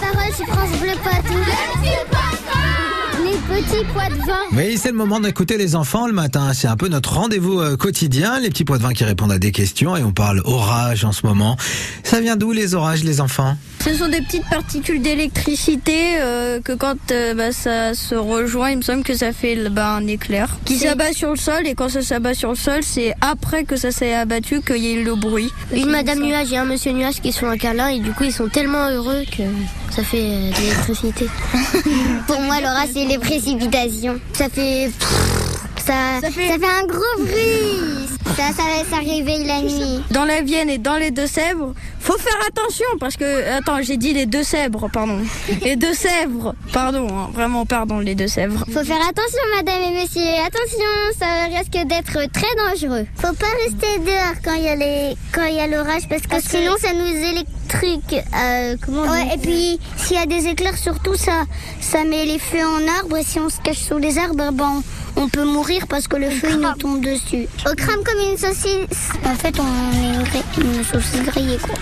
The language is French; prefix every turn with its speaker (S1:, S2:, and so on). S1: Paris sur France Bleu Poitou. Les petits pois de vin.
S2: Oui, c'est le moment d'écouter les enfants le matin. C'est un peu notre rendez-vous euh, quotidien. Les petits pois de vin qui répondent à des questions et on parle orage en ce moment. Ça vient d'où les orages, les enfants
S3: Ce sont des petites particules d'électricité euh, que quand euh, bah, ça se rejoint, il me semble que ça fait bah, un éclair qui s'abat sur le sol et quand ça s'abat sur le sol, c'est après que ça s'est abattu qu'il y a eu le bruit.
S4: Une madame nuage et un monsieur nuage qui se font un câlin et du coup ils sont tellement heureux que ça fait euh, de l'électricité.
S1: Pour moi, Laura, c'est les précipitations. Ça fait. Ça, ça, fait... un gros bruit. Ça, ça, ça réveille la nuit.
S3: Dans la Vienne et dans les Deux-Sèvres, faut faire attention parce que attends, j'ai dit les Deux-Sèvres, pardon. Les Deux-Sèvres, pardon, hein, vraiment pardon les Deux-Sèvres.
S1: Faut faire attention, madame et monsieur. Attention, ça risque d'être très dangereux. Faut pas rester dehors quand il y a les, quand il y a l'orage parce que sinon, ça nous électrique. euh, comment on dit Et puis, s'il y a des éclairs, surtout, ça, ça met les feux en arbre. Et si on se cache sous les arbres, ben, on, on peut mourir parce que le feu, il nous tombe dessus. On crame comme une saucisse. En fait, on est une, saucisse grillée, quoi.